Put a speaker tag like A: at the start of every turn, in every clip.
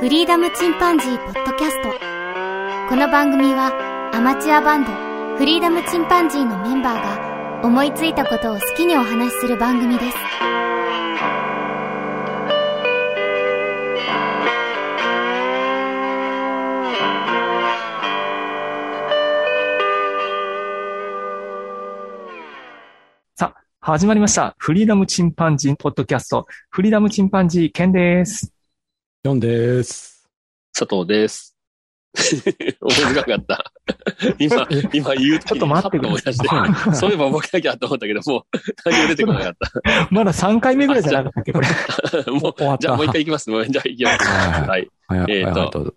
A: フリーダムチンパンジーポッドキャストこの番組はアマチュアバンドフリーダムチンパンジーのメンバーが思いついたことを好きにお話しする番組です
B: 始まりました。フリーダムチンパンジーポッドキャスト。フリーダムチンパンジー、ケンです。
C: ヨンです。
D: 佐藤です。 思い深かった。 今、今言う
B: ちょっと待ってくだ
D: さい。そういえば覚えなきゃと思ったけど、もう、何も出てこなかった。
B: まだ3回目ぐらいじゃなかったっけ、これ。
D: もう、じゃあもう一回行きます。もうじゃあ行きます。はい。えっと、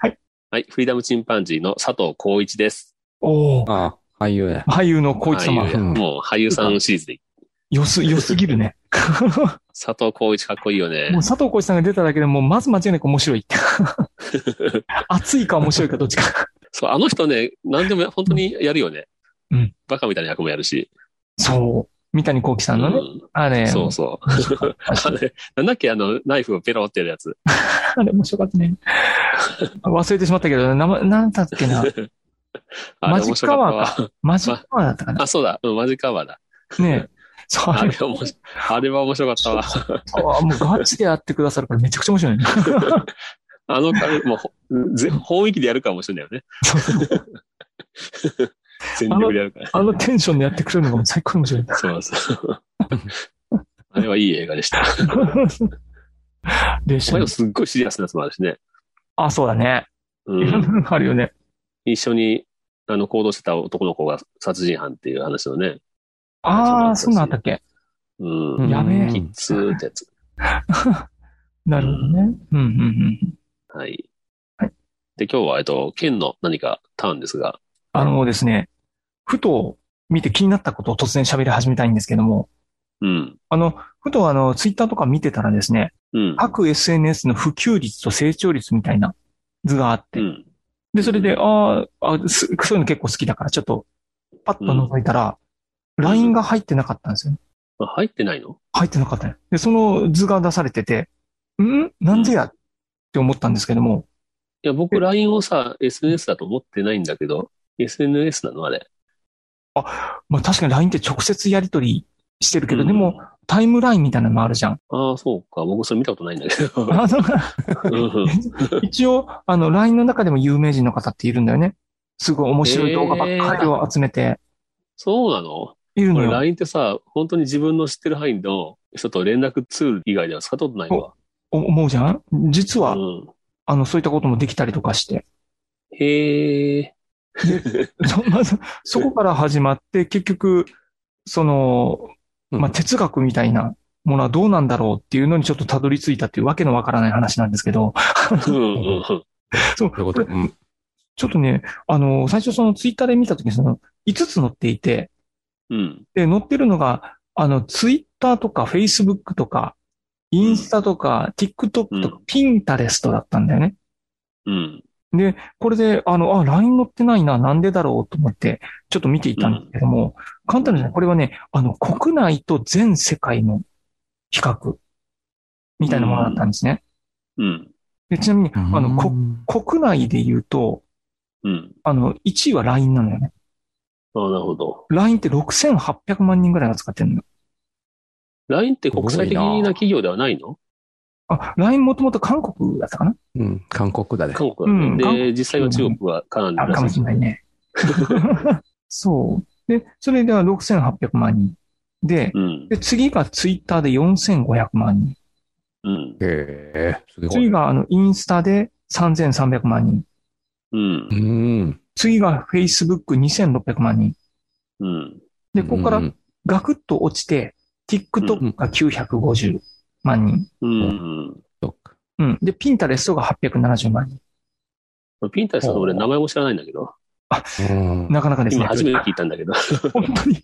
D: はい。はい。フリーダムチンパンジーの佐藤光一です。
B: お
C: お。あ俳優や。
B: 俳優の光一様。
D: もう俳優さんシリーズで。
B: よす、よすぎる ね。
D: 佐藤浩一かっこいいよね。
B: もう佐藤浩一さんが出ただけでもう、まず間違いなく面 白い。熱いか面白いかどっちか。
D: そう、あの人ね、何でも本当にやるよね。
B: うん。
D: バカみたいな役もやるし。
B: そう。三谷幸喜さんのね。あれ。
D: そうそう。 あれ、なんだっけ、あの、ナイフをペロってやるやつ。
B: あれ面白かったね。忘れてしまったけど、な、なんだっけな。マジカワーか。マジカワーだったかな。
D: あ、そうだ。うん、マジカワーだ。
B: ねえ。
D: そう、あれは面白あれは面白かったわ。
B: あもうガチでやってくださるからめちゃくちゃ面 白いね。
D: あの、あれ、もう、本域でやるかもしれないよね。全力でやるから、ね
B: あの。あのテンションでやってくれるのがもう最高に面 白い。
D: そうそう。あれはいい映画でした。
B: でした、
D: ね。もすっごいシリアスなやつもあるしね。
B: あ、そうだね。うん。 あるよね。
D: 一緒に、あの、行動してた男の子が殺人犯っていう話のね。
B: ああ、そんなんあったっけ
D: うん。
B: やべえ。
D: キッズってやつ。
B: なるほどね。うん、うん、
D: うん。はい。
B: はい。
D: で、今日は、えっと、県の何かターンですが。
B: あのですね、ふと見て気になったことを突然喋り始めたいんですけども。
D: うん。
B: あの、ふとあの、ツイッターとか見てたらですね、
D: うん、
B: 各 SNS の普及率と成長率みたいな図があって、
D: うん、
B: で、それで、ああ、そういうの結構好きだから、ちょっと、パッと覗いたら、ラインが入ってなかったんですよ、ね。
D: 入ってないの
B: 入ってなかったね。で、その図が出されてて、んなんでや、うん、って思ったんですけども。
D: いや、僕、LINE をさ、SNS だと思ってないんだけど、SNS なのあれ。
B: あ、まあ確かに LINE って直接やりとりしてるけど、うん、でも、タイムラインみたいなのもあるじゃん。
D: ああ、そうか。僕、それ見たことないんだけど。
B: 一応、あの、LINE の中でも有名人の方っているんだよね。すごい面白い動画ばっかりを集めて。えー、
D: そうなの
B: いるの
D: よ。LINE ってさ、本当に自分の知ってる範囲の人と連絡ツール以外では使ったことないわ。
B: 思うじゃん実は、うん、あの、そういったこともできたりとかして。
D: へえ。
B: そまず、そこから始まって、結局、その、まあ、哲学みたいなものはどうなんだろうっていうのにちょっとたどり着いたっていうわけのわからない話なんですけど。。
D: そう
B: うん、ちょっとね、あの、最初そのツイッターで見たときにその、5つ載っていて、
D: うん、
B: で、載ってるのが、あの、ツイッターとか、フェイスブックとか、インスタとか、ティックトックとか、ピンタレストだったんだよね。
D: うん。
B: で、これで、あの、あ、LINE 載ってないな、なんでだろうと思って、ちょっと見ていたんですけども、うん、簡単ですね。これはね、あの、国内と全世界の比較、みたいなものだったんですね。
D: うん。うん、
B: でちなみに、あの、こ、国内で言うと、
D: うん。
B: あの、1位は LINE なのよね。
D: あなるほど。
B: LINE って6800万人ぐらいが使ってるの。
D: LINE って国際的な企業ではないの
B: あ、LINE もともと韓国だったかな
C: うん、韓国だね。
D: 韓国だね。うん、で、実際は中国はカナダ
B: あるかもしれないね。 そう。で、それでは6800万人。で、
D: うん、
B: で次がツイッターで4500万人。
D: うん、
C: へえ、すごい。
B: 次があのインスタで3300万人。
D: うん。
C: うん
B: 次が Facebook2600 万人。
D: うん。
B: で、ここからガクッと落ちて、TikTok が950万
D: 人。うん。
B: うん。で、ピンタレストが870万人。
D: ピンタレストの俺名前も知らないんだけど。
B: あ、なかなかですね。
D: 今初めて聞いたんだけ ど。
B: 本当に。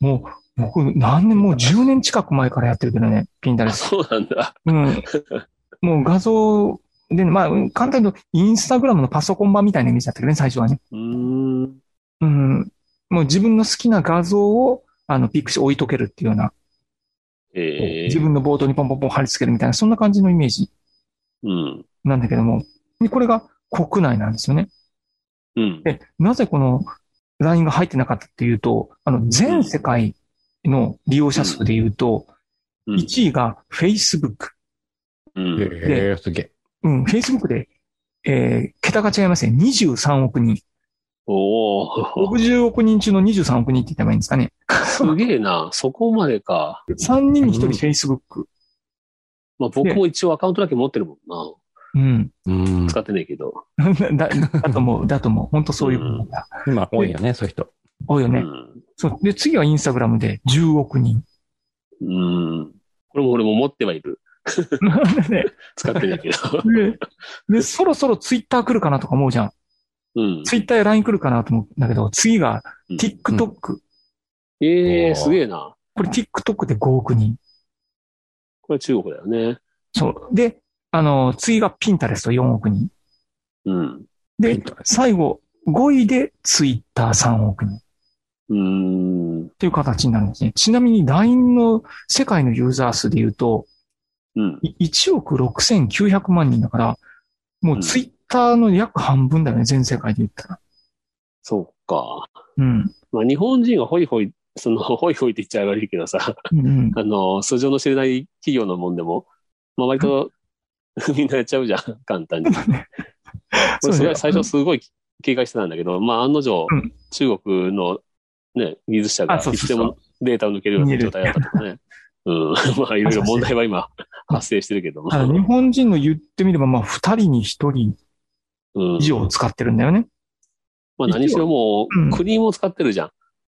B: もう、僕、何年、もう10年近く前からやってるけどね、ピンタレス
D: ト。そうなんだ。
B: うん。 もう画像で、まあ、簡単に言うと、インスタグラムのパソコン版みたいなイメージだったけどね、最初はね。
D: うん。
B: うん。もう自分の好きな画像を、あの、ピクシー置いとけるっていうような。
D: ええー、
B: 自分のボードにポンポンポン貼り付けるみたいな、そんな感じのイメージ。
D: うん。
B: なんだけども、でこれが国内なんですよね。
D: うん。
B: で、なぜこの LINE が入ってなかったっていうと、あの、全世界の利用者数で言うと、
D: うん
B: 1位が Facebook。
D: うん。
C: ええ、すげえ。
B: うん、Facebook で、えー、桁が違いますね。23億人。
D: おお、
B: 60億人中の23億人って言ったらいいんですかね。
D: すげえ な。そこまでか。
B: 3人に1人 Facebook。
D: まあ僕も一応アカウントだけ持ってるもんな。
B: うん。
C: うん。
D: 使ってねえけど。
B: だ、だと 思う、だと思う。本当そういうことが
C: 今多いよね、そういう人。
B: 多いよ
D: う
B: ね。
D: ん。
B: そう。で、次はインスタグラムで10億人。
D: うん。これも俺も持ってはい る。
B: で
D: 使ってねえけど。
B: で、で、そろそろツイッター来るかなとか思うじゃん。
D: うん。
B: ツイッターや LINE 来るかなと思うんだけど、次が
D: うん
B: TikTok。
D: ええすげえな。
B: これ TikTok で5億人。
D: これ中国だよね。
B: そう。で、あの、次が Pinterest 4億人。
D: うん。
B: で、最後、5位で Twitter3 億人。
D: うん。
B: という形になるんですね。ちなみに LINE の世界のユーザー数で言うと、
D: うん。
B: い1億6900万人だから、もううんツイッターの約半分だよね、全世界で言ったら。
D: そうか。
B: うん。
D: まあ日本人がホイホイ、その、ホイホイって言っちゃ悪いけどさ、
B: うんうん、
D: あの、素性の知れない企業のもんでも、まあ割と、 みんなやっちゃうじゃん、簡 単に。
B: そう
D: 俺
B: ね
D: それは最初すごい警戒してたんだけど、まあ案の定、
B: うん
D: 中国のね、技術者が
B: あそう
D: い
B: そう
D: つ
B: そ
D: で
B: う
D: もデータを抜けるような状態だったとかね。うん。 まあいろいろ問題は今発生してるけども。
B: ただ日本人の言ってみれば、まあ、二人に一人
D: うん
B: 以。上使ってるんだよね。
D: まあ何しろも
B: うん
D: う、国も使ってるじゃん。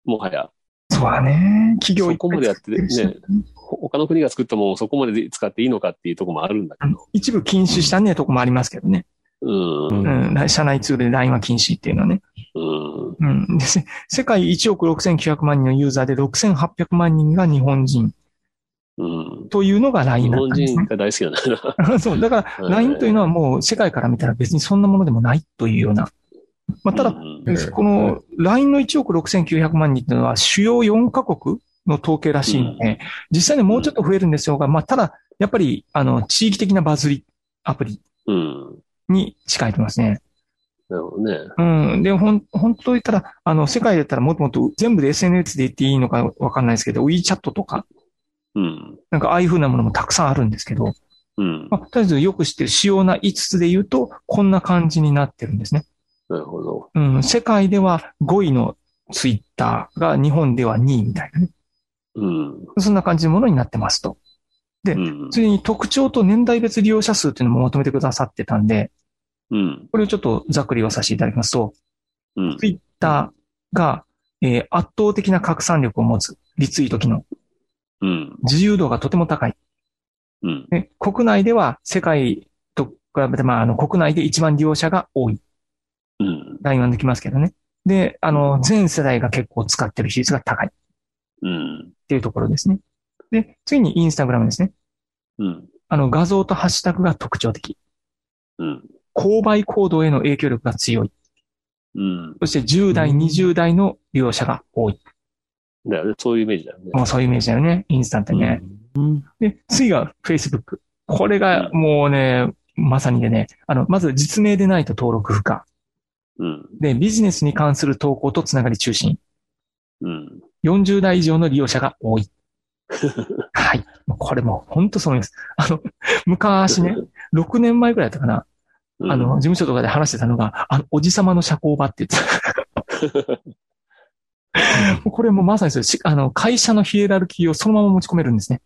D: もはや。
B: そうだね。企業い
D: そこまでやって
B: っぱい使るし
D: ほ他の国が作ったものをそこまで使っていいのかっていうところもあるんだ
B: う
D: け
B: ん
D: ど。
B: 一部禁止したね、とこもありますけどね。
D: うん。
C: う
B: うんん。社内ツールで LINE は禁止っていうのはね。
D: うん。
B: うん。で、せ世界1億6900万人のユーザーで6800万人が日本人
D: うん。
B: というのが
D: 日
B: LINE だっ
D: 本
B: たんです
D: 人
B: ね。
D: が大好きなんだ な。
B: そう。だから LINE というのはもう世界から見たら別にそんなものでもないというような。まあ、ただ、
D: うん
C: うん
B: この LINE の1億6900万人というのは主要4カ国の統計らしいので、実際にもうちょっと増えるんですよが、まあ、ただ、やっぱり、あの、地域的なバズりアプリ
D: うん。
B: に近いと思いますね。
D: なるほどね。
B: うん。で、ほん、本当言ったら、あの、世界だったらもっともっと全部で SNS で言っていいのかわかんないですけど、WeChat とか、
D: うん。
B: なんかああいう風なものもたくさんあるんですけど、
D: うん
B: ま。あ、とりあえずよく知ってる主要な5つで言うと、こんな感じになってるんですね。
D: なるほど。
B: うん。世界では5位の Twitter が日本では2位みたいなね。
D: うん。
B: そんな感じのものになってますと。
D: うん。
B: 次に特徴と年代別利用者数というのもまとめてくださってたんで、
D: うん。
B: これをちょっとざっくり言わさせていただきますと、
D: うん。
B: Twitter が、えー圧倒的な拡散力を持つ、リツイート機能、
D: うん。
B: 自由度がとても高い。
D: うん。
B: ね国内では世界と比べて、まあ、あの国内で一番利用者が多い。
D: うん。
B: LINE はできますけどね。で、あの、全世代が結構使ってる比率が高いっ
D: うん。
B: ていうところですね。で、次にインスタグラムですね。
D: うん。
B: あの、画像とハッシュタグが特徴的。
D: うん。
B: 購買行動への影響力が強い。
D: うん。
B: そして10代、
C: うん
B: 20代の利用者が多い。
D: だよね。そういうイメージだよね。
B: もうそういうイメージだよね。インスタントね。
C: うん。
B: で、次が Facebook。これがもうね、まさにでね、あの、まず実名でないと登録不可。
D: うん。
B: で、ビジネスに関する投稿とつながり中心。
D: うん。
B: 40代以上の利用者が多 い。はい。これも本当そうです。あの、昔 ね、6年前くらいだったかな。
D: うん。
B: あの、事務所とかで話してたのが、あの、おじさまの社交場って言ってた。 これもまさにそうです。しあの、会社のヒエラルキーをそのまま持ち込めるんですね。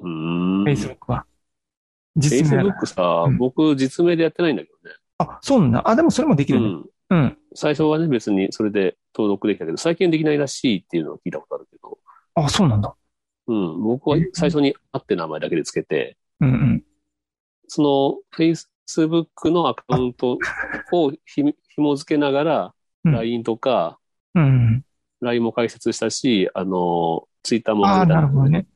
D: うん。Facebook
B: Facebook は。実名だから。
D: さ
B: うん、
D: 僕実名でやってないんだけ
B: あ、そうなんだ。あ、でもそれもでき
D: ど
B: る
D: ね。う
B: ね。
D: ん。
B: うん。
D: 最初はね、別にそれで登録できたけど、最近できないらしいっていうのを聞いたことあるけど、
B: あ、そうなんだ。
D: うん、僕は最初に会って名前だけでつけて、
B: うんうん。
D: その Facebook のアカウントをひ 紐付けながら、
B: うん
D: LINE とか、
B: うんうん。
D: LINE も開設したし、あの、Twitter も
B: ああ、
D: 始め
B: なる
D: た
B: ほどね。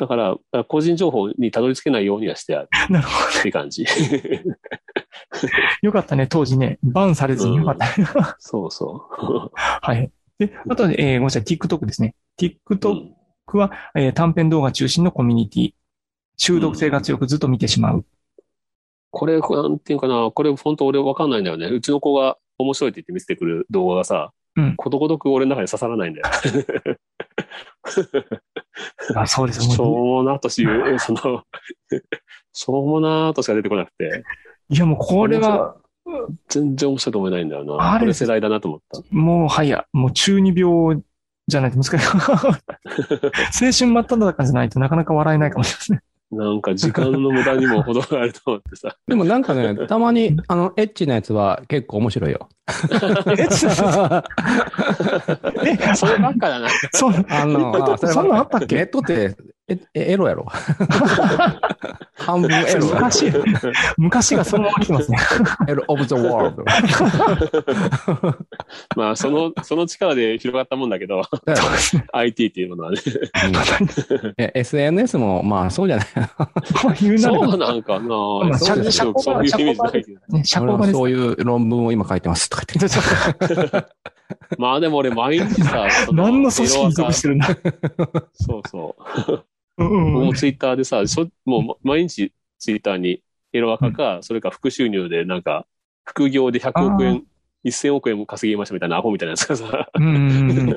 D: だから、個人情報にたどり着けないようにはしてある
B: なるほど。
D: って感じ。
B: よかったね。当時ね、バンされずによかった ね。
D: そうそう。
B: はい。で、あと、えーごめんなさい。TikTok ですね。
D: う
B: TikTok
D: ん
B: は、えー短編動画中心のコミュニティ。中毒性が強くずっと見てしまう。
D: これ、なんていうかな、これ本当俺わかんないんだよね。うちの子が面白いって言って見せてくる動画がさ、
B: うん
D: ことごとく俺の中に刺さらないんだよ。
B: あそうです。
D: し
B: もう
D: ょうもなとし、 その、しょうもなとしか出てこなくて、
B: いや、もうこれは、
D: 全然面白いと思えないんだよな。
B: あれ
D: これ世代だなと思った。
B: もう、はや、もう中二病じゃないと難しい。 青春真っ只中じゃないとなかなか笑えないかもしれません。
D: なんか時間の無駄にも程があると思っ てさ。
C: でもなんかね、たまに、あの、エッチなやつは結構面白いよ。
B: え、ちょっとえ、
D: そればっかだな。
B: そう、
C: あの、あ
B: そんなんあったっけ
C: ネットって、え、えエロやろ。半分エロ。
B: 昔、昔がそのまま来てますね。
C: エロオブザワールド。
D: まあ、その、その力で広がったもんだけど、IT っていうものはね。
C: え SNS も、まあ、そうじゃない。
B: こういうなれば
D: そうなんかな
B: まあ
D: そういう
B: 社交
D: そういうイメ
B: 社
D: ージ
B: 交
D: ないけど。
B: ね、社交
C: 俺も
B: 場です
C: そういう論文を今書い てますとか言って。
B: ちょっ
D: まあでも俺毎 日さ、そ
B: と。何の組織に属してるんだ。
D: そうそう。
B: うん
D: 僕
B: うん
D: もツイッターでさ、しょもう毎日ツイッターにエロアカか、それか副収入でなんか、副業で100億円、1000億円も稼ぎましたみたいなアホみたいなやつがさ、
B: うんうんうん。
D: フ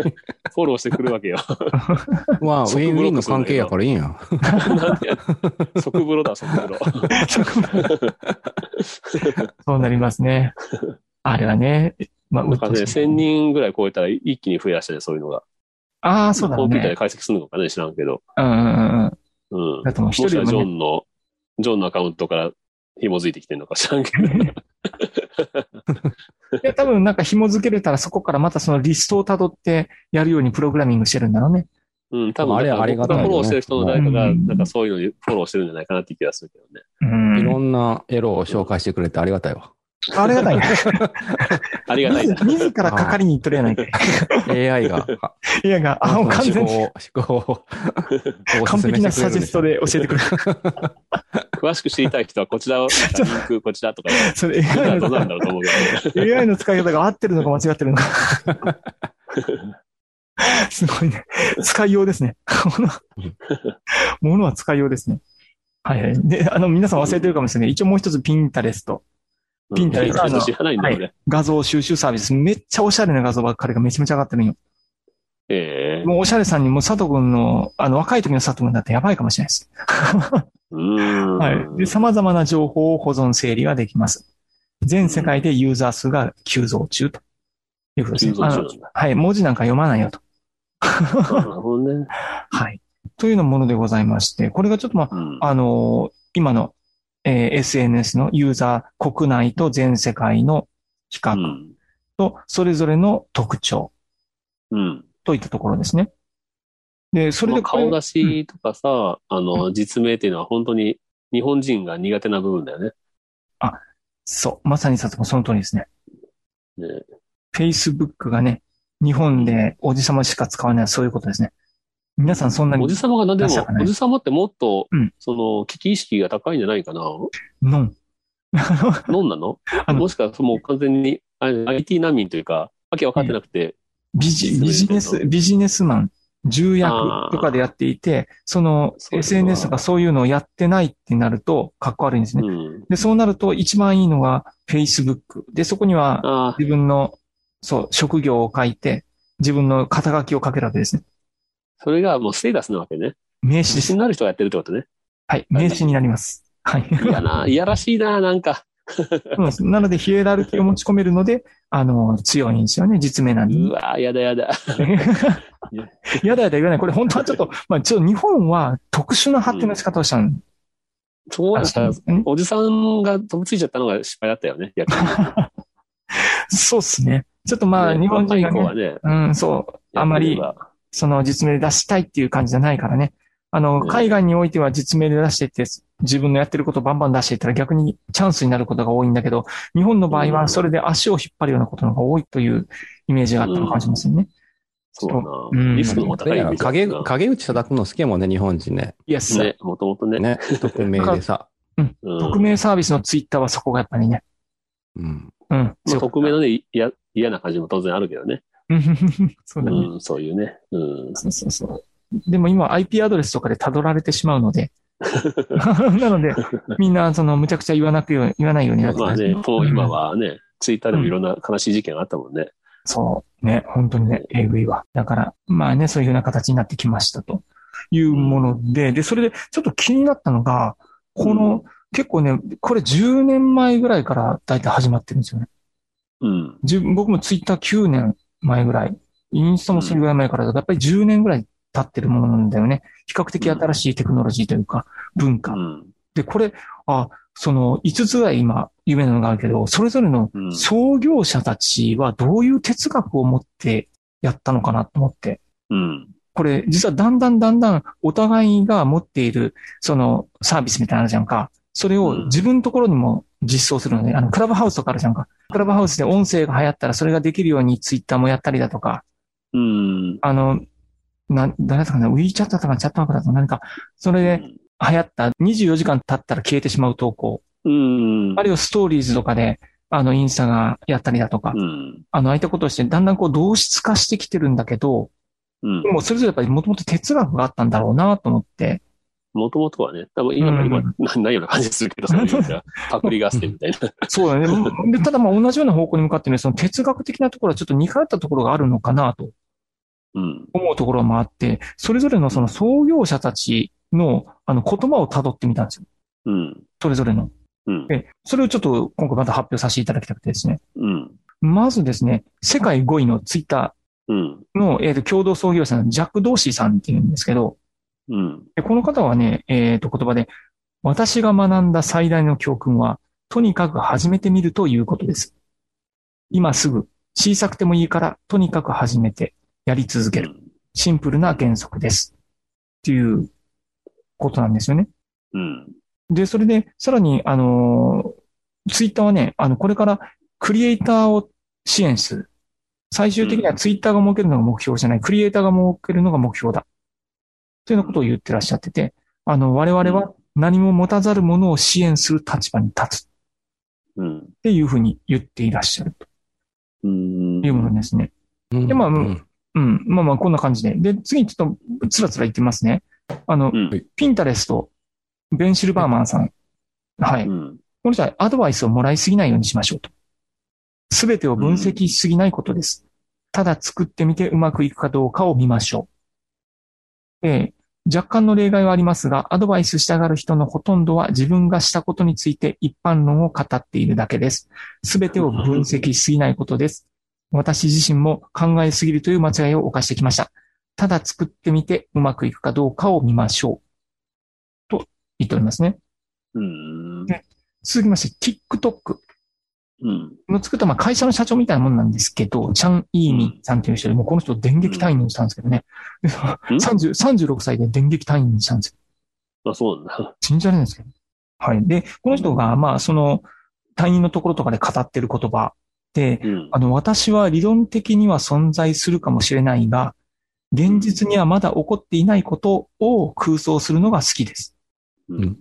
D: ォローしてくるわけよ。
C: まあ、ウ
D: 即
C: ィンウ
D: ブ
C: ィ
D: ロッ
C: ン
D: ク
C: の
D: する
C: 関
D: んだけ
C: 係
D: ど
C: やからいいんや。
D: なんで即風呂だ、即風呂。
B: そうなりますね。あれはね、まあ、
D: なんかね、1000人ぐらい超えたら一気に増やしたね、そういうのが。
B: ああ、そうだ
D: コンピューター
B: ね。
D: で解析するのかね、知らんけど。
B: うんうんうん。
D: うん。
B: だともう
D: もしか
B: 一
D: した
B: 人
D: らジ
B: で
D: ョ
B: もね
D: ンの、ジョンのアカウントから紐づいてきてるのか知らんけど。
B: いや、多分なんか紐付けれたらそこからまたそのリストを辿ってやるようにプログラミングしてるんだろうね。
D: うん、多分
C: あれはありがたいよね
D: 僕がフォローしてる人の誰か
B: う
D: が、
B: ん
D: なんかそういうのにフォローしてるんじゃないかなって気がするけどね。
B: う
C: いろ
B: ん。
C: んなエロを紹介してくれてありがたいわ。
B: あれがないね。
D: ありが たいな。
B: 自自らかかりに行っとれやないかい。
C: AI が。
B: いやが、 あ、もう完全に
C: 思考を、思考を、
B: 完璧なサジェストで教えてくれる。
D: 詳しく知りたい人はこちらを、なんかリンクこちらとか、
B: それ
D: 見た
B: AI
D: らどうなん
B: の、
D: だろうと思うけど、
B: AI の使い方が合ってるのか間違ってるの か。すごいね。使いようですね。ものものは使いようですね。はいはい。で、あの、皆さん忘れてるかもしれない。一応もう一つ、ピンタレスト。
D: うん
B: ピンタレスト
D: ピンタレスト知らないんだよね。
B: 画像収集サービス。めっちゃおしゃれな画像ばっかりがめちゃめちゃ上がってるんよ。
D: ええ
B: もうおしゃれさんにもう佐藤くんの、あの、若い時の佐藤くんだってやばいかもしれないです。
D: うーん。
B: はい。で、様々な情報を保存整理ができます。全世界でユーザー数が急増中ということです
D: 急
B: ね。
D: 増
B: あ
D: 中
B: の
D: なんだ。
B: はい。文字なんか読まないよと。
D: なるほどね。
B: はい。というようなものでございまして、これがちょっとまあ、
D: うん。
B: あの今の、えー SNS のユーザー国内と全世界の比
D: う
B: 較
D: ん。
B: と、それぞれの特徴
D: うん。
B: といったところですね。で、それ
D: まあ
B: でこれ
D: 顔出しとかさ、あの、実名っていうのは本当に日本人が苦手な部分だよね。
B: そう、まさに佐藤君その通りですね。
D: ね
B: Facebook がね、日本でおじさましか使わない、そういうことですね。皆さんそんなに
D: おじ、さまが何で
B: 出した
D: も
B: か、な
D: おじさまってもっと、
B: うん
D: その、危機意識が高いんじゃないかな。
B: の ん。
D: ノンなの
B: あの
D: もしかしたらもう完全にあれ IT 難民というか、わけ分かってなくて、
B: ビジビジネス、ビジネスマン、重役とかでやっていて、その
D: そうですわ
B: SNS とかそういうのをやってないってなると、かっこ悪いんです
D: う
B: ね。
D: ん。
B: で、そうなると一番いいのが Facebook。で、そこには
D: ああ、
B: 自分の、そう、職業を書いて、自分の肩書きを書けるわけですね。
D: それがもうステータスなわけね。
B: 名刺で
D: 自
B: す
D: 信。のある人がやってるってことね。
B: はい、名刺になります。はい。
D: いやな、いやらしいな、なんか。
B: そうなんです。なので、ヒエラルキーを持ち込めるので、あの、強いんですよね、実名なんで。
D: うわ、やだやだ。
B: やだやだ言わない。これ本当はちょっと、まあ、ちょっと日本は特殊な発展の仕方をしたん
D: そうなん
B: 確か
D: か
B: に、ね
D: おじさんが飛びついちゃったのが失敗だったよね、逆に。
B: そうですね。ちょっと まあ、
D: ね
B: 日本人が
D: 若い子
B: ね、
D: はね、
B: うん、そう、あまり、その実名で出したいっていう感じじゃないからね。あの、
D: うん
B: 海外においては実名で出していって、自分のやってることをバンバン出していったら逆にチャンスになることが多いんだけど、日本の場合はそれで足を引っ張るようなことの方が多いというイメージがあったのかもしれませんね。
D: そう
B: う
D: だ
B: ん
D: な。リスクの方が高いイメージだ
C: 影、
D: な
C: 影打ち叩くの好きやもんね、日本人ね。
B: イエス。
D: ね、もともとね。
C: ね、匿名でさ。
D: うん
B: 匿名サービスのツイッターはそこがやっぱりね。
C: うん。
B: うん。
D: まあ、
B: 強かった
D: 匿名のね、いや嫌な感じも当然あるけどね。
B: うん そうだね。
D: うん、そういうね。うん。
B: そうそうそう。でも今 IP アドレスとかで辿られてしまうので、なので、みんな、その、むちゃくちゃ言わなくよう、言わないようになって
D: ま
B: た
D: あ
B: んですけ
D: ね
B: ど、
D: こう今。はね、ツイッターでもいろんな悲しい事件があったもんね。
B: そう。ね、本当にね、えぐいわ。だから、まあね、そういうふうな形になってきましたというもので、で、それでちょっと気になったのが、この、結構ね、これ10年前ぐらいから大体始まってるんですよね。
D: うん。
B: 自分僕もツイッター9年前ぐらい、インスタもそれぐらい前からだと、やっぱり10年ぐらい経ってるものなんだよね。比較的新しいテクノロジーというか、文
D: う
B: 化。
D: ん。
B: で、これ、あ、その、5つぐらい今、夢なのがあるけど、それぞれの
D: うん
B: 創業者たちはどういう哲学を持ってやったのかなと思って。
D: うん。
B: これ、実はだんだんだんだんお互いが持っている、その、サービスみたいなのあるじゃんか。それ
D: うん
B: を自分のところにも実装するので、あの、クラブハウスとかあるじゃんか。クラブハウスで音声が流行ったらそれができるようにツイッターもやったりだとか、
D: うん。
B: あの、な、誰だったかな、WeChat だったかな、チャットワークだったかな、何か、それで流行った24時間経ったら消えてしまう投稿。
D: うん。
B: あるいはストーリーズとかで、あの、インスタがやったりだとか
D: う、ん。
B: あの、ああいったことをして、だんだんこう、同質化してきてるんだけど、
D: うん
B: で。もそれぞれやっぱりもともと哲学があったんだろうなと思って、
D: もともとはね、多分今の今、
B: うん
D: なないような感じするけど、そういう意 味では、パクリ合戦みたいな。
B: そうだね。でただまあ同じような方向に向かってね、その哲学的なところはちょっと似通ったところがあるのかなと
D: うん。
B: 思うところもあって、それぞれのその創業者たちの、あの、言葉を辿ってみたんですよ。
D: うん。
B: それぞれの。
D: うん。
B: で、それをちょっと今回また発表させていただきたくてですね。
D: うん。
B: まずですね、世界5位のツイッタ
D: うん。
B: ーの、えーと、共同創業者のジャック・ドーシーさんっていうんですけど、
D: うん。
B: で、この方はね、えっ、と、言葉で、私が学んだ最大の教訓は、とにかく始めてみるということです。今すぐ、小さくてもいいから、とにかく始めて、やり続ける。シンプルな原則です。っていうことなんですよね。
D: うん。
B: で、それで、さらに、あのー、ツイッターはね、あの、これから、クリエイターを支援する。最終的にはツイッターが設けるのが目標じゃない、クリエイターが設けるのが目標だ。というようなことを言ってらっしゃってて、あの、我々は何も持たざる者を支援する立場に立つっ
D: うん。
B: ていうふうに言っていらっしゃると
D: うん。
B: いうものですね。
C: うん
B: でまあ
C: うん
B: うん。まあまあ、こんな感じで。で、次にちょっと、つらつら言ってますね。あの、
D: うん
B: ピンタレスト、ベンシルバーマンさん。はい。
D: うん。
B: この人はアドバイスをもらいすぎないようにしましょうと。すべてを分析しすぎないことです。ただ作ってみてうまくいくかどうかを見ましょう。えー若干の例外はありますが、アドバイスしたがる人のほとんどは自分がしたことについて一般論を語っているだけです。すべてを分析しすぎないことです。私自身も考えすぎるという間違いを犯してきました。ただ作ってみてうまくいくかどうかを見ましょう。と言っておりますね。
D: うん。
B: 続きまして、TikTok。
D: うん。
B: の作った、まあ、会社の社長みたいなもんなんですけど、チャン・イーミンさんという人で、もうこの人電撃退任したんですけどね。でその
D: ん
B: 30 36歳で電撃退任したんですよ。
D: あ、そうなんだ。
B: 信じられないんですけど。はい。で、この人が、まあ、その、退任のところとかで語ってる言葉で、
D: うん
B: あ。の、私は理論的には存在するかもしれないが、現実にはまだ起こっていないことを空想するのが好きです。
D: うん。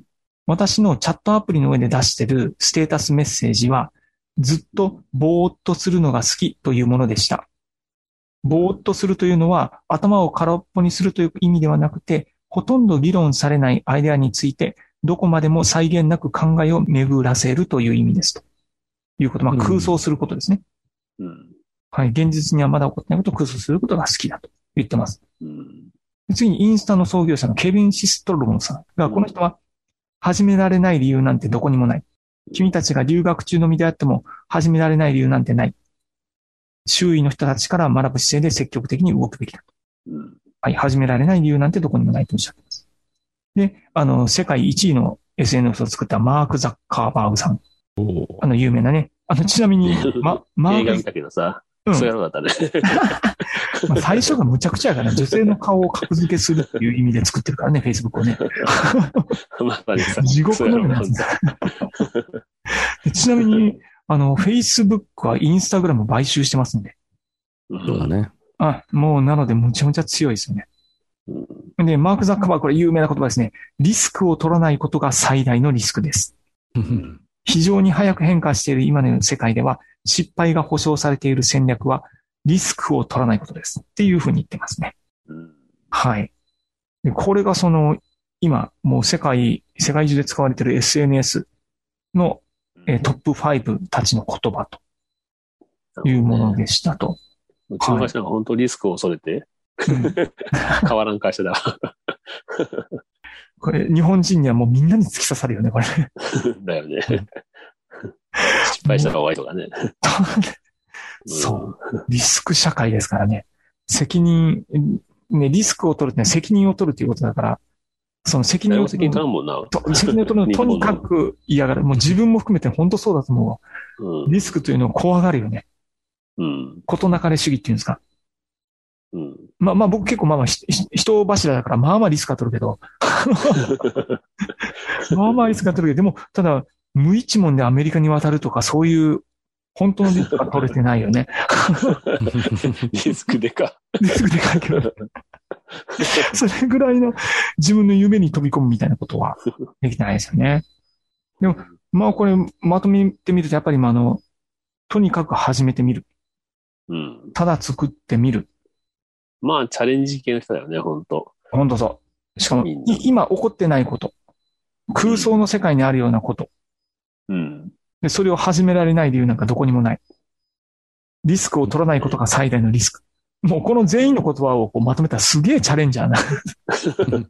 B: 私のチャットアプリの上で出してるステータスメッセージは、ずっとぼーっとするのが好きというものでした。ぼーっとするというのは、頭を空っぽにするという意味ではなくて、ほとんど議論されないアイデアについて、どこまでも再現なく考えを巡らせるという意味です。ということ。まあ、
C: うん
B: 空想することですね。
D: うん。
B: はい。現実にはまだ起こってないことを空想することが好きだと言ってます。
D: うん。
B: 次にインスタの創業者のケビン・シストロゴンさんが、この人は、始められない理由なんてどこにもない。君たちが留学中の身であっても、始められない理由なんてない。周囲の人たちから学ぶ姿勢で積極的に動くべきだ。
D: うん。
B: はい、始められない理由なんてどこにもないとおっしゃってます。で、あの、世界1位の SNS を作ったマーク・ザッカーバーグさん。
C: おー
B: あの、有名なね。あの、ちなみ に、ま、マ
D: 映画
B: ー
D: 見
B: ク、
D: たけどさ、
B: うん
D: そうやろうだったね。
B: まあ最初がむちゃくちゃやから、女性の顔を格付けするっていう意味で作ってるからね、Facebook をね。
D: まさにさ、
B: 地獄のようなやつ
D: そうや
B: だ。
D: ろ
B: ちなみに、あの、Facebook は Instagram を買収してますんで。
D: う
C: そうだ
D: ん
C: ね。
B: あ、もうなので、むちゃむちゃ強いですよね。
D: うん
B: で、マーク・ザッカーバーグ、これ有名な言葉ですね。リスクを取らないことが最大のリスクです。
C: うん
B: 非常に早く変化している今の世界では、失敗が保証されている戦略は、リスクを取らないことです。っていうふうに言ってますね。
D: うん
B: はい。でこれがその、今、もう世界、世界中で使われている SNS の、えートップ5たちの言葉というものでしたと。
D: うちの会社なんか本当リスクを恐れて、変わらん会社だ。
B: これ、日本人にはもうみんなに突き刺さるよね、これ。
D: だよね。失敗したら終わりとかね。
B: そう。リスク社会ですからね。責任、ね、リスクを取るってのは責任を取るということだから、その責
D: うん。
B: 任
D: 誰
B: を
D: も
B: 取
D: 責任
B: る
D: 取
B: と責任を取るの
D: らんもんな。日
B: と
D: 本の
B: にかく嫌がる。もう自分も含めて本当そうだと思うわ。
D: うん。
B: リスクというのを怖がるよね。
D: うん。
B: ことなかれ主義っていうんですか。
D: うん。
B: まあまあ僕結構まあまあひひ人柱だからまあまあリスクは取るけど、 まあまあリスクは取るけど、でもただ無一文でアメリカに渡るとかそういう本当のリスクは取れてないよね。
D: リスクでか。
B: リスクでかいけど。それぐらいの自分の夢に飛び込むみたいなこと はできてないですよね。でも、まあこれまとめてみるとやっぱりまああの、とにかく始めてみる。
D: うん。
B: ただ作ってみる。
D: まあ、チャレンジ系の人だよね、本当
B: 本当そう。しかも、
D: み
B: い
D: んな
B: 今起こってないこと。空想の世界にあるようなこと。
D: うん。
B: で、それを始められない理由なんかどこにもない。リスクを取らないことが最大のリスク。もうこの全員の言葉をこうまとめたらすげえチャレンジャーな。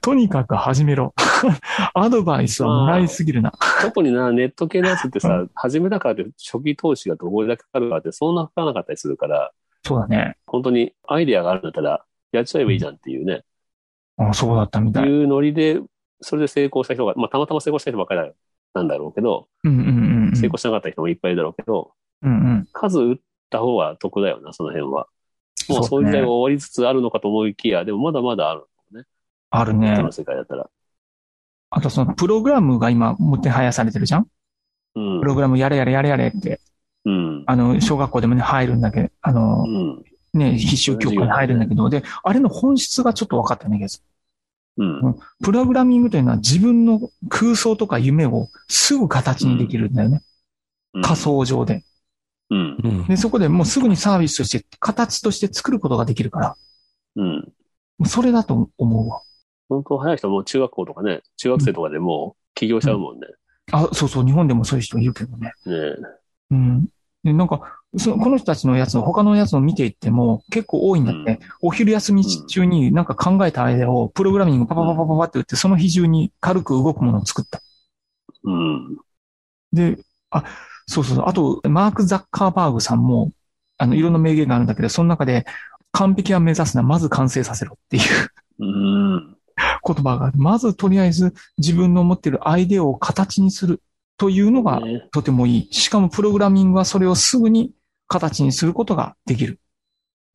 B: とにかく始めろ。アドバイスはもらいすぎるな。
D: 特にな、ネット系のやつって
B: う
D: さ、始めたからって初期投資がどこだけかかるかって、そんなかからなかったりするから、
B: そうだね。
D: 本当にアイデアがあるんだったら、やっちゃえばいいじゃんっていうね、
B: あそうだったみた
D: い
B: い。
D: うノリで、それで成功した人が、まあ、たまたま成功した人ばっかりなんだろうけど、
B: うんうんうんうん。
D: 成功しなかった人もいっぱいいるだろうけど、
B: うんうん。
D: 数打った方が得だよな、その辺は。も
B: そ
D: うそうういう
B: ね
D: 時代が終わりつつあるのかと思いきや、でもまだまだある。
B: ある
D: 人
B: ね
D: の。世界だったら。
B: あとそのプログラムが今もてはやされてるじゃん
D: うん
B: プ。ログラムやれやれやれやれって。
D: うん。
B: あの、小学校でもね、入るんだけど、あの
D: う、ん。
B: ね、必修教科に入るんだけど、で、あれの本質がちょっと分かったね、です。
D: うん。
B: プログラミングというのは自分の空想とか夢をすぐ形にできるんだよね。
D: うん
B: 仮。想上で。
D: うん。
C: うん
B: で、そこでもうすぐにサービスとして、形として作ることができるから、
D: うん。
B: もうそれだと思うわ。
D: 本当早い人はもう中学校とかね、中学生とかでもう起業しちゃうもんね。
B: あ、そうそう、日本でもそういう人いるけどね。
D: ねえ
B: うん。で、なんか、その、この人たちのやつの、他のやつの見ていっても結構多いんだって、お昼休み中になんか考えたアイデアをプログラミングパパパパパパって打って、その日中に軽く動くものを作った。
D: うん。
B: で、あ、そうそうそう。あと、マーク・ザッカーバーグさんも、あの、いろんな名言があるんだけど、その中で、完璧は目指すな、まず完成させろっていう
D: うん。
B: 言葉がある。まずとりあえず自分の持ってるアイデアを形にするというのが
D: ね
B: とてもいい。しかもプログラミングはそれをすぐに形にすることができる。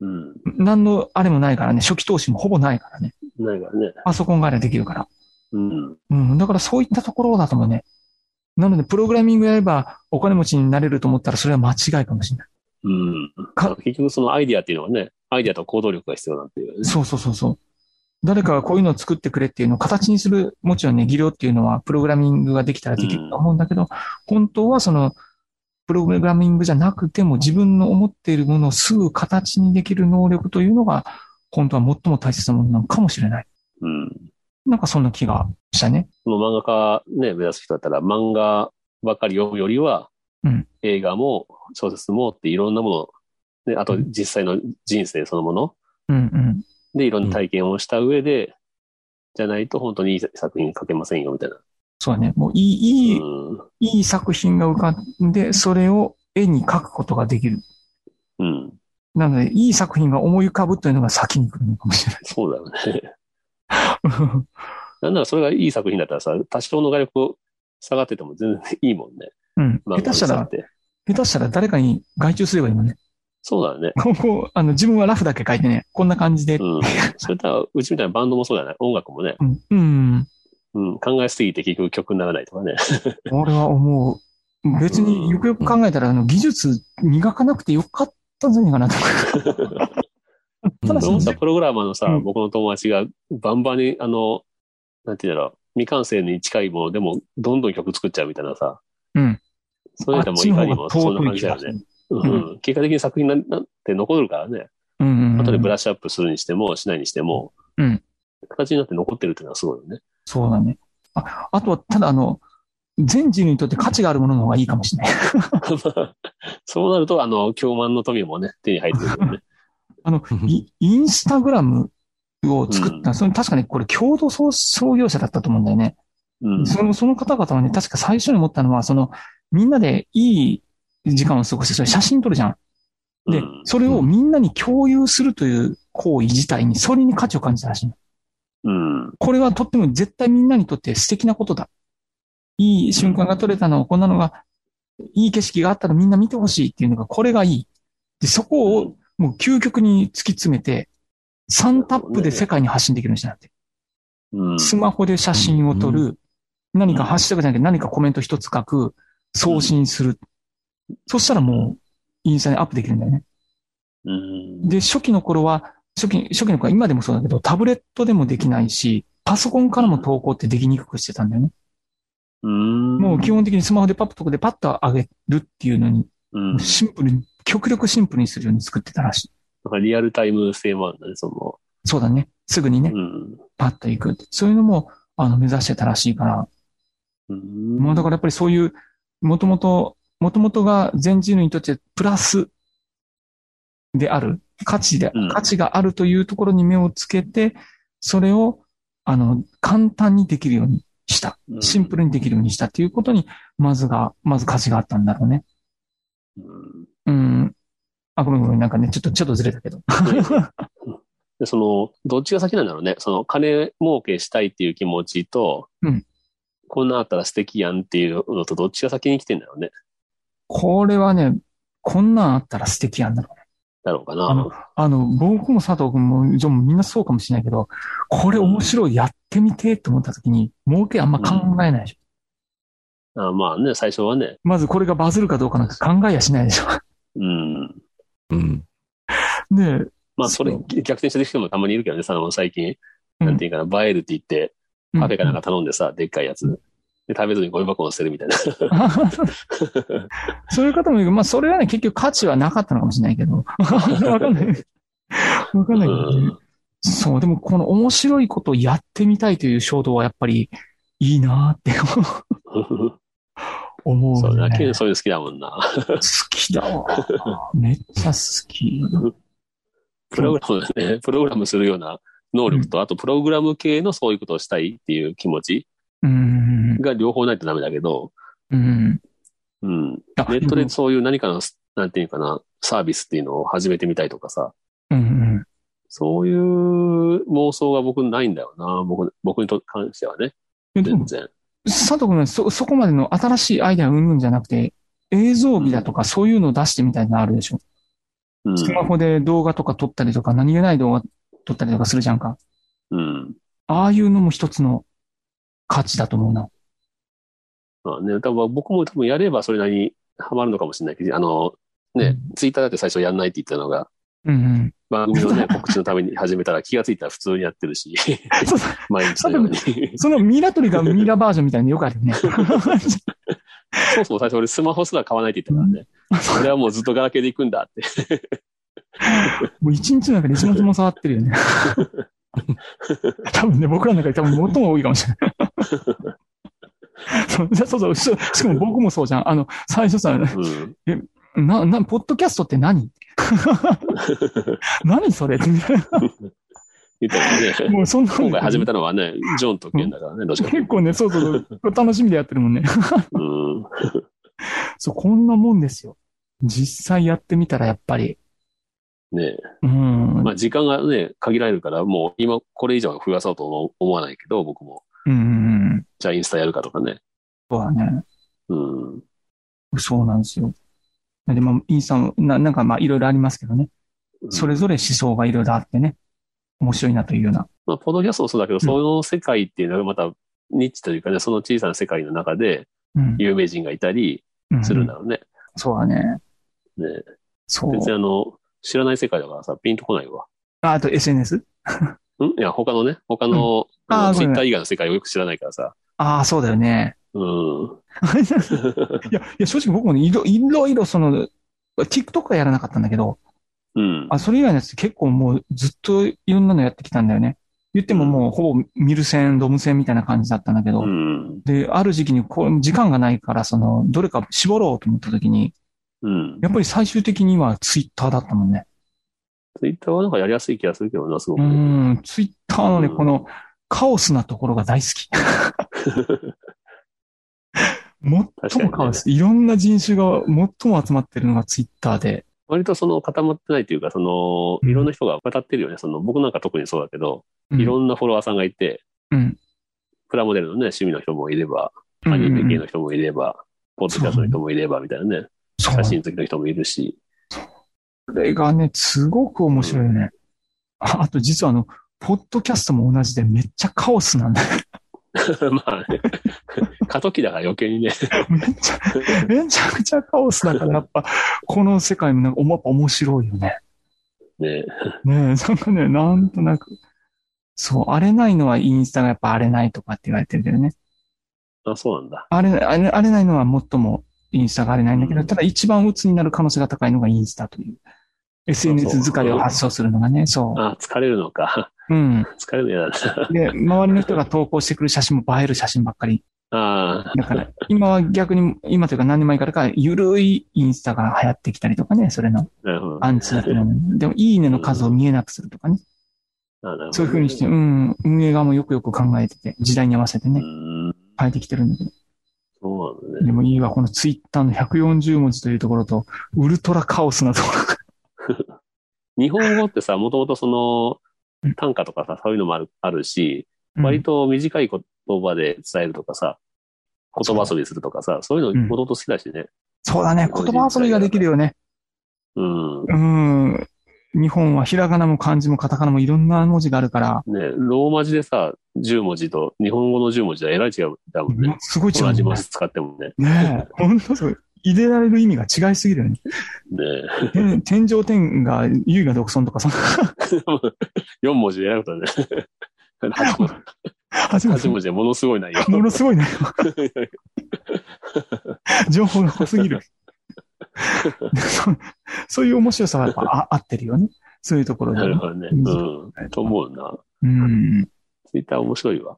D: うん。
B: 何のあれもないからね、初期投資もほぼないからね。
D: ないからね。
B: パソコンがあればできるから。
D: うん。
B: うん、だからそういったところだともね。なので、プログラミングやればお金持ちになれると思ったらそれは間違いかもしれない。
D: うん。
B: か
D: 結局そのアイディアっていうのはね、アイディアと行動力が必要なんていうね。
B: そうそうそうそう。誰かがこういうのを作ってくれっていうのを形にする、もちろんね、技量っていうのはプログラミングができたらできると思うんだけど、本当はその、プログラミングじゃなくても自分の思っているものをすぐ形にできる能力というのが、本当は最も大切なものなのかもしれない。
D: うん。
B: なんかそんな気がしたね。
D: もう漫画家ね、目指す人だったら漫画ばっかり読むよりは、
B: うん
D: 映画も小説もっていろんなもの、ね、あと実際の人生そのもの
B: うんうん。
D: でいろんな体験をした上で、じゃないと本当にいい作品書けませんよみたいな。
B: そうだね。もういい、い
D: うん。
B: い、いい作品が浮かんで、それを絵に描くことができる。
D: うん。
B: なので、いい作品が思い浮かぶというのが先に来るのかもしれない。
D: そうだよね。 なんならそれがいい作品だったらさ、多少の画力下がってても全然いいもんね。
B: うん。下
D: 漫画
B: 手した
D: に
B: ら
D: っ、て。
B: 下手したら誰かに外注すればいいもんね。
D: そうだね。
B: ここ、あの、自分はラフだけ書いてね、こんな感じで。
D: うん。それとは、うちみたいなバンドもそうだね。音楽もね。
B: うん。うん。
D: うん。考えすぎて結局曲にならないとかね。
B: 俺は思う。別によくよく考えたら、あの、技術磨かなくてよかったんじゃないかな と。ただし
D: そうの
C: ん
D: さ、プログラマーのさ、
B: うん
D: 僕の友達がバンバンに、あの、なんていうんだろう、未完成に近いものでも、どんどん曲作っちゃうみたいなさ。
B: うん。
D: それでもいかにもそんな感じだよ
B: する
D: ね。。うん。結果的に作品なんなんて残るからね。
B: うんうんうん。
D: 後でブラッシュアップするにしても、しないにしても、
B: うん
D: 形になって残ってるっていうのはすごいよね。
B: そうだね。ああとは、ただあの、全人類にとって価値があるものの方がいいかもしれない。
D: そうなると、あの、狂慢の富もね、手に入ってく るよね。
B: あの、イインスタグラムを作った、
D: うん
B: それ確かにこれ共同創創業者だったと思うんだよね。
D: うん。
B: そのその方々はね、確か最初に思ったのは、その、みんなでいい時間を過ごして、それ写真撮るじゃん。で
D: うん、
B: それをみんなに共有するという行為自体に、それに価値を感じたらしいの。
D: うん。
B: これはとっても絶対みんなにとって素敵なことだ。いい瞬間が撮れたのは、こんなのが、いい景色があったらみんな見てほしいっていうのが、これがいい。で、そこをもう究極に突き詰めて、3タップで世界に発信できるんじゃなくて、
D: うん。
B: スマホで写真を撮る、何かハッシュタグじゃなくて何かコメント一つ書く、送信する。そしたらもう、インスタにアップできるんだよね。
D: うん。
B: で、初期の頃は、初期、初期の頃は今でもそうだけど、タブレットでもできないし、パソコンからも投稿ってできにくくしてたんだよね。
D: うん。
B: もう基本的にスマホでパッとこでパッと上げるっていうのに、
D: うん。なん
B: シンプルに、極力シンプルにするように作ってたらしい。
D: かリアルタイム性もあるんだね、そ
B: そうだね。すぐにね
D: の。う、ん。
B: パッと行く。そういうのも、あの、目指してたらしいから。
D: うん。
B: もうだからやっぱりそういう、もともと、もともとが全人類にとってプラスである、価値で
D: うん、
B: 価値があるというところに目をつけて、それを、あの、簡単にできるようにした。シンプルにできるようにしたということに、まずが、まず価値があったんだろうね。
D: う
B: う
D: ん。
B: ん。あ、ごめんごめん、なんかね、ちょっと、ちょっとずれたけど。
D: で、その、どっちが先なんだろうね。その、金儲けしたいっていう気持ちと、
B: うん
D: こんなんあったら素敵やんっていうのと、どっちが先に来てんだろうね。
B: これはね、こんなんあったら素敵やんだろう
D: だろうか
B: あの
D: な。
B: あの、僕も佐藤君も、じゃあもうみんなそうかもしれないけど、これ面白い、やってみてと思った時に、儲けあんま考えないでしょ。
D: あまあね、最初はね。
B: まずこれがバズるかどうかなんか考えやしないで しょ。
D: うん。
C: うん。
B: で、
D: まあ、それ、
C: そう
D: 逆転してる人もたまにいるけどね、その最近、
B: うん
D: なんていうかな、映えるって言って、パフェかなん
B: か
D: か頼んでさ、でっかいやつ。で、食べずにゴミ箱を捨てるみたいな。
B: そういう方もいる。まあ、それはね、結局価値はなかったのかもしれないけど。 わかんない。わかんないけどね、
D: うん
B: そう、でもこの面白いことをやってみたいという衝動はやっぱりいいなーって 思う、
D: そうだ、ケ
B: ね
D: ン。そういうの好きだもんな。
B: 好きだわ。めっちゃ好き。
D: プログラムだね、プログラムするような能力と、あとプログラム系のそういうことをしたいっていう気持ち
B: うん。
D: が両方ないとダメだけど、
B: うん。
D: うん。
B: あ
D: ネットでそういう何かの、なんていうかな、サービスっていうのを始めてみたいとかさ、
B: うんうん。
D: そういう妄想が僕ないんだよな、僕僕にと関してはね、
B: えで
D: 全
B: も、
D: 然。
B: 佐藤君はそ、そこまでの新しいアイデアうんぬんじゃなくて、映像美だとかそういうのを出してみたいなのあるでしょ。
D: うん。
B: スマホで動画とか撮ったりとか、何気ない動画撮ったりとかするじゃんか。
D: うん。
B: ああいうのも一つの価値だと思うな。
D: まあね、多分僕も多分やればそれなりにハマるのかもしれないけど、あの、ね、ツイッターだって最初やんないって言ってたのが、
B: うん
D: 番組のね、告知のために始めたら気がついたら普通にやってる し、
B: うん。そうそう
D: 毎日のように。
B: そのミイラ取りがミイラバージョンみたいなのよくあるよ ね。
D: そもそも最初俺スマホすら買わないって言ったからね。俺はもうずっとガラケーで行くんだって。
B: もう一日の中で一日も触ってるよ ね。多分ね、僕らの中で多分最も多いかもしれ ない。そうそうそうそう。しかも僕もそうじゃん。あの、最初さ、
D: うん。
B: な、な、ポッドキャストって 何何それってみたい
D: 言った
B: な
D: らね。
B: もうそんな
D: 今回始め
B: た。
D: たのはね、ジョンとケンだからね、どっちかっていう
B: 結構ね、そうそうそう、楽しみでやってるもんね。
D: と。うん。
B: そう、こんなもんですよ。実際やってみたらやっぱり、
D: ねえ
B: うん、
D: まあ時間がね、限られるから、もう今これ以上増やそうと思う思わないけど、僕も。
B: うんうん、うん、
D: じゃあインスタやるかとかね。
B: そうだね。
D: うん。
B: そうなんですよ。で、まあ、インスタもな、なんかまあ、いろいろありますけどね。それぞれ思想がいろいろあってね。面白いなというような。
D: まあ、ポッドキャストもそうだけど、その世界っていうのがまた、ニッチというかね、その小さな世界の中で
B: うん。
D: 有名人がいたり
B: うん
D: するんだろうね。
B: そうだね。
D: ね
B: そう。
D: 別にあの、知らない世界だからさ、ピンとこないわ。
B: ああと SNS?
D: んいや、他のね、他の、
B: うんあー
D: ツ
B: ごめ
D: イ
B: ん
D: ッター以外の世界をよく知らないからさ。
B: ああ、そうだよね。
D: うん。
B: いや、いや、正直僕もね、いろいろいろその、TikTok はやらなかったんだけど、
D: うん。
B: あ、それ以外のやつ結構もうずっといろんなのやってきたんだよね。言ってももうほぼミル線、ドム線みたいな感じだったんだけど、
D: うん。
B: で、ある時期にこう、時間がないから、その、どれか絞ろうと思った時に、
D: うん。
B: やっぱり最終的にはツイッターだったもんね。
D: ツイッターはなんかやりやすい気がするけどな、すご
B: う
D: く。
B: ん、ツイッターのね、
D: うん
B: このカオスなところが大好き。もっともカオス。いろんな人種が最も集まってるのがツイッターで。
D: 割とその固まってないというか、その、いろんな人が渡ってるよね。その、僕なんか特にそうだけど、
B: うん
D: いろんなフォロワーさんがいて、
B: うん
D: プラモデルのね、趣味の人もいれば、
B: うん
D: ア
B: うん
D: ニメ系
B: うん
D: の人もいれば、ポッドキャストの人もいれば、みたいなね、
B: そう
D: 写真好きの人もいるし、
B: これがね、すごく面白いよね。ああと実はあの、ポッドキャストも同じでめっちゃカオスなんだよ。
D: まあね、 過渡期だから余計にね、
B: めっちゃ、めちゃくちゃカオスだからやっぱ、この世界もなんかおもやっぱ面白いよね。
D: ね、
B: ねえ、 なんかね、なんとなく。そう、荒れないのはインスタがやっぱ荒れないとかって言われてるけどね。
D: あ、そうなんだ。
B: 荒れない、荒れ荒れないのは最もインスタが荒れないんだけど、
D: うん
B: ただ一番鬱になる可能性が高いのがインスタという。SNS 疲れを発症するのがね、そ
D: あ、疲れるのか。
B: う。うん。
D: 疲れるの嫌だな。
B: で、周りの人が投稿してくる写真も映える写真ばっかり。
D: あ
B: だから、今は逆に、今というか何年前からか、ゆるいインスタが流行ってきたりとかね、それの
D: あ、なるほど。
B: アンチだけなのに。でも、いいねの数を見えなくするとかね。
D: あなるほど
B: そういうふうにして、うん、運営側もよくよく考えてて、時代に合わせて
D: う
B: ね、
D: ん。
B: 変えてきてるんだけど。
D: そうなんだね。
B: でもいいわ、このツイッターの140文字というところと、ウルトラカオスなところが。
D: 日本語ってさ、もともとそ
B: うん
D: の、短歌とかさ、そういうのもあるあるし、
B: うん
D: 割と短い言葉で伝えるとかさ、言葉遊びするとかさ、そういうのもともと好きだしね。
B: そうだね、言葉遊びができるよね。
D: うん。
B: うん。日本はひらがなも漢字もカタカナもいろんな文字があるから、
D: ね、ローマ字でさ、10文字と日本語の10文字はえらい違うだもんね。
B: すごい違う
D: 同
B: んだ
D: じ
B: よ
D: 文
B: ね。
D: 字使ってもね。
B: ねえ、ほんとそう。入れられる意味が違いすぎるよ ね。
D: ね
B: 天天上天が優雅独尊とか、その、
D: 4文字でえらいことだね。8文字
B: 初め
D: 8
B: て。
D: 文字でものすごい内 容。
B: ものすごいね。情報が濃すぎ る。そうそういう面白さはやっぱあ合ってるよね。そういうところ
D: な
B: で
D: る
B: ね。
D: ほどね。うん。と思うな。
B: うん。
D: ツイッター面白いわ。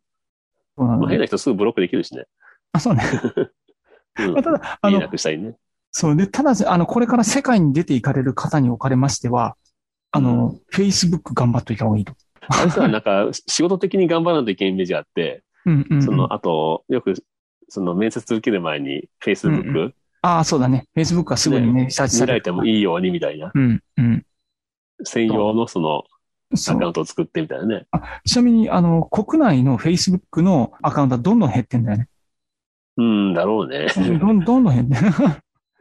B: そうな
D: まあ
B: の
D: 変な人すぐブロックできるしね。
B: あ、そうね。
D: うん
B: まあ、ただ、あ
D: 見え
B: の
D: な、くしたいね。
B: そうで、ただ、あの、これから世界に出ていかれる方におかれましては、あの、Facebook 頑張っといた方がいいと。
D: あれさ、なんか、仕事的に頑張らないといけないイメージがあって、
B: うんうんうん。
D: その、あと、よく、その、面接受ける前に、
B: うんう
D: Facebook
B: ああ、そうだね。Facebook はすぐにね、リサーチさ
D: 見ら
B: れ
D: れてもいいようにみたいな、
B: うん、うん。
D: 専用のその、
B: そ
D: ア
B: う
D: カウントを作ってみたいなね。
B: ちなみに、あの、国内の Facebook のアカウントはどんどん減ってんだ よね。
D: うん、だろうね。
B: どんどんどん減って。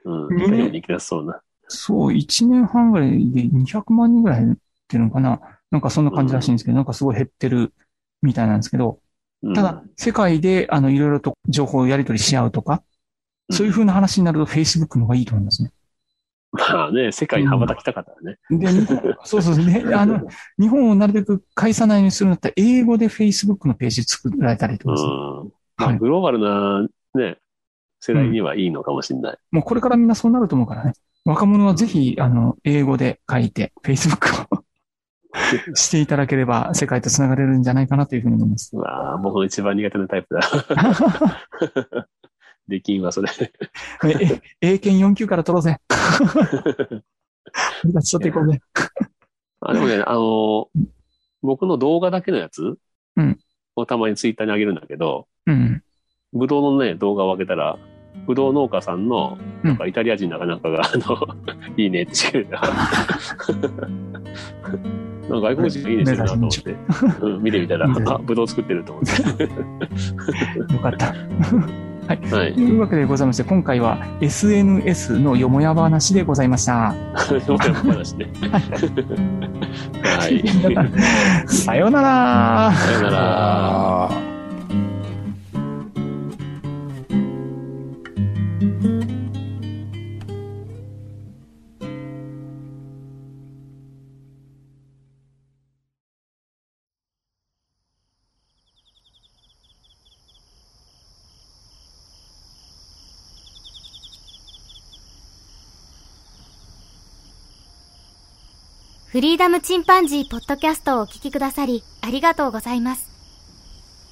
D: うん、太陽に行き出しそうな。
B: そう、1年半ぐらいで200万人ぐらい減ってるのかな。なんかそんな感じらしいんですけど、なんかすごい減ってるみたいなんですけど、
D: うん
B: ただ、、世界で、あの、いろいろと情報をやり取りし合うとか、そういう風な話になると Facebook の方がいいと思いますね。
D: まあね、世界に羽ばたきたかったらね。
B: で、日本そうそうね。あの、日本をなるべく介さないようにするんだったら、英語で Facebook のページ作られたりと
D: う
B: かする
D: ん。ま
B: は
D: あ、
B: い
D: グローバルな、ね、世代にはいいのかもしれない。
B: もうこれからみんなそうなると思うからね。若者はぜひ、あの、英語で書いて、Facebook を していただければ、世界と繋がれるんじゃないかなというふうに思います。
D: まあ、僕の一番苦手なタイプだ。 できんわ、それ。
B: ええ英検4級から取ろう ぜ。俺たち取っていこうぜ。
D: あ、でもね、あの、僕の動画だけのやつ
B: うん
D: をたまにツイッターに上げるんだけど、
B: うん。
D: ぶどうのね、動画を上げたら、ぶどう農家さんの、なんかイタリア人なかなんかが、あの、 いいねってしてく れた。なんか外国人がいいねしてるなと思って、うん見てみたら、あ、ぶどう作ってると思っ
B: よかった。
D: て。はい
B: と。いうわけでございまして、今回は SNS のよもや話でございました。
D: 農家の話ね。はい。
B: さようなら。
D: さよなら。
C: あー
A: 不フリーダムチンパンジーポッドキャストをお聞きくださり、ありがとうございます。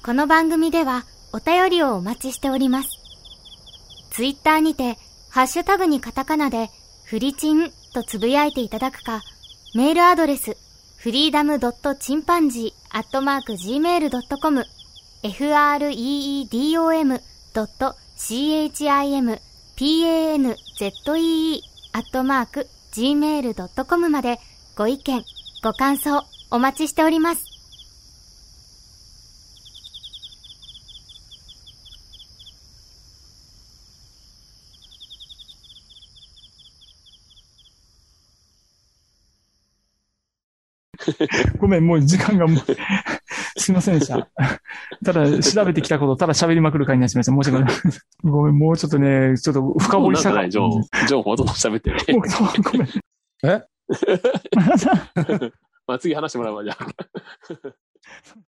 A: この番組では、お便りをお待ちしております。ツイッターにて、ハッシュタグにカタカナで、フリチンとつぶやいていただくか、メールアドレス、フリーダムドットチンパンジーアットマーク Gmail.com、freedom ドット chimpanzee アットマーク gmail.com までご意見、ご感想お待ちしております。
B: ごめん、もう時間がもう、 すいませんでした。ただ、調べてきたこと、ただ喋りまくる会になってしまいました。申し訳ないです。ごめん、もうちょっとね、ちょっと深掘りした
D: な
B: かっ
D: んかね、ジ
B: た。
D: ョ
B: も
D: ン、ジョンほとんど喋ってね。
B: うそう ごめん。
C: え
D: まあ次話してもらうわ、じゃあ。